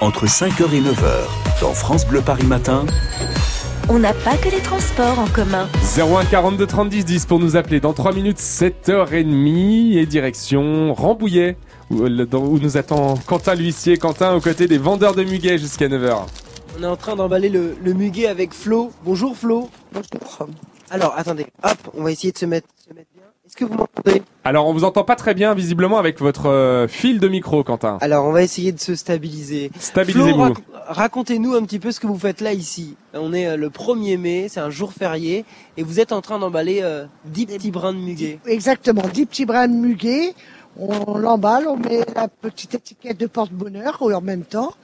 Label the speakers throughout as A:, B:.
A: entre 5h et 9h dans France Bleu Paris Matin.
B: On n'a pas que les transports en commun.
C: 01 42 30 10 10 pour nous appeler dans 3 minutes 7h30 et direction Rambouillet où, euh, où nous attend Quentin l'huissier, Quentin aux côtés des vendeurs de muguet jusqu'à 9h.
D: On est en train d'emballer le, le muguet avec Flo. Bonjour Flo.
E: Bonjour.
D: Alors attendez, hop, on va essayer de se mettre, se mettre bien. Est-ce que vous m'entendez
C: Alors on vous entend pas très bien visiblement avec votre euh, fil de micro Quentin.
D: Alors on va essayer de se stabiliser. Flo,
C: Stabilisez-vous.
D: rac- racontez-nous un petit peu ce que vous faites là ici. On est euh, le 1er mai, c'est un jour férié, et vous êtes en train d'emballer euh, 10 petits brins de muguet.
E: Exactement, 10 petits brins de muguet. On l'emballe, on met la petite étiquette de porte-bonheur en même temps.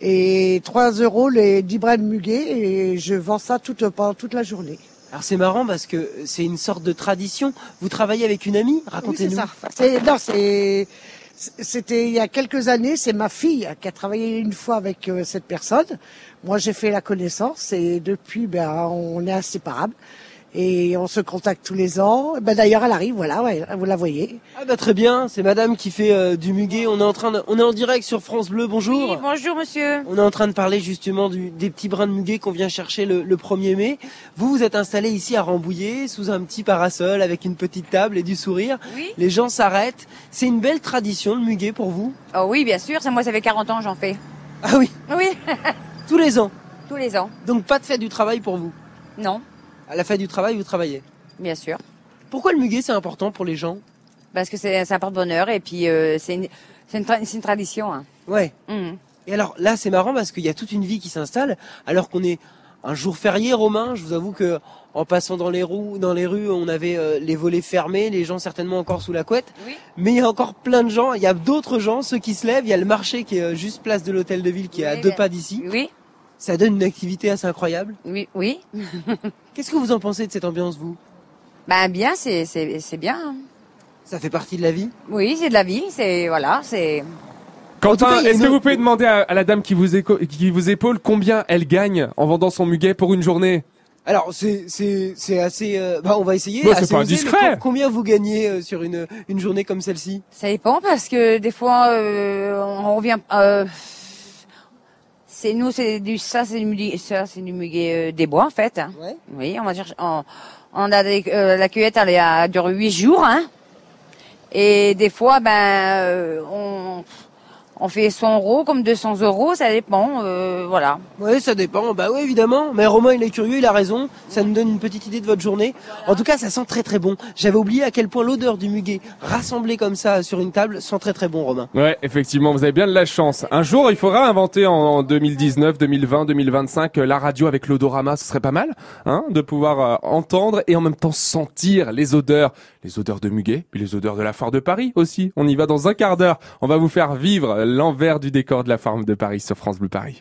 E: Et 3 euros les 10 brins de muguet et je vends ça toute, pendant toute la journée.
D: Alors c'est marrant parce que c'est une sorte de tradition. Vous travaillez avec une amie
E: Oui, c'est
D: Racontez-nous.
E: ça. Enfin, c'est- non, c'est, c'était il y a quelques années, c'est ma fille qui a travaillé une fois avec euh, cette personne. Moi, j'ai fait la connaissance et depuis, ben, on est inséparables. Et on se contacte tous les ans. Ben, d'ailleurs, elle arrive, voilà, ouais, vous la voyez.
D: ah bah très bien, c'est madame qui fait euh, du muguet. On est en train de- on est en direct sur France Bleu. Bonjour.
F: Oui, bonjour monsieur.
D: On est en train de parler justement du, des petits brins de muguet qu'on vient chercher le, le 1er mai. Vous vous êtes installé ici à Rambouillet sous un petit parasol avec une petite table et du sourire.
F: Oui.
D: Les gens s'arrêtent. C'est une belle tradition le muguet pour vous
F: Oh oui, bien sûr, ça moi ça fait 40 ans j'en fais.
D: Ah oui,
F: Oui,
D: tous les ans.
F: tous les ans.
D: Donc pas de fête du travail pour vous.
F: Non,
D: À la fête du travail, vous travaillez.
F: bien sûr.
D: Pourquoi le muguet c'est important pour les gens
F: Parce que c'est ça porte bonheur et puis euh, c'est une c'est une, tra- c'est une tradition. hein.
D: Ouais.
F: Mhm.
D: Et alors là c'est marrant parce qu'il y a toute une vie qui s'installe alors qu'on est un jour férié romain. Je vous avoue que en passant dans les rues, dans les rues, on avait euh, les volets fermés, les gens certainement encore sous la couette.
F: Oui.
D: Mais il y a encore plein de gens, il y a d'autres gens, ceux qui se lèvent, il y a le marché qui est euh, juste place de l'hôtel de ville qui est à
F: Oui,
D: deux
F: bien.
D: pas d'ici.
F: Oui,
D: Ça donne une activité assez incroyable.
F: oui, oui.
D: Qu'est-ce que vous en pensez de cette ambiance, vous
F: Bah bien, c'est c'est c'est bien. hein.
D: Ça fait partie de la vie
F: Oui, c'est de la vie, c'est voilà, c'est
D: En tout cas,
C: Quentin,
D: il y a
C: est-ce
D: une
C: que vous
D: autre-
C: pouvez demander à, à la dame qui vous, éco- qui vous épaule combien elle gagne en vendant son muguet pour une journée
D: Alors, c'est c'est c'est assez... euh, bah, on va essayer.
C: Bah, c'est
D: assez
C: pas
D: osé, mais
C: indiscret.
D: com- Combien vous gagnez euh, sur une, une journée comme celle-ci
F: ça dépend parce que des fois euh, on revient euh, c'est nous c'est du ça c'est du muguet- ça c'est du muguet euh, des bois en fait. hein.
D: Ouais.
F: Oui, on va chercher. On, on a des- euh, la cueillette, elle, est à- dure huit jours, hein. Et des fois, ben, euh, on, on fait 100 euros comme 200 euros, ça dépend. euh, voilà.
D: Ouais, ça dépend. Bah ouais, évidemment. Mais Romain, il est curieux, il a raison. Ça nous donne une petite idée de votre journée. En tout cas, ça sent très très bon. J'avais oublié à quel point l'odeur du muguet rassemblée comme ça sur une table sent très très bon, Romain.
C: Ouais, effectivement, vous avez bien de la chance. Un jour, il faudra inventer en, en 2019, 2020, 2025 euh, la radio avec l'odorama, ce serait pas mal, hein, de pouvoir euh, entendre et en même temps sentir les odeurs, les odeurs de Muguet, puis les odeurs de la foire de Paris aussi. On y va dans un quart d'heure. On va vous faire vivre l'envers du décor de la foire de Paris sur France Bleu Paris.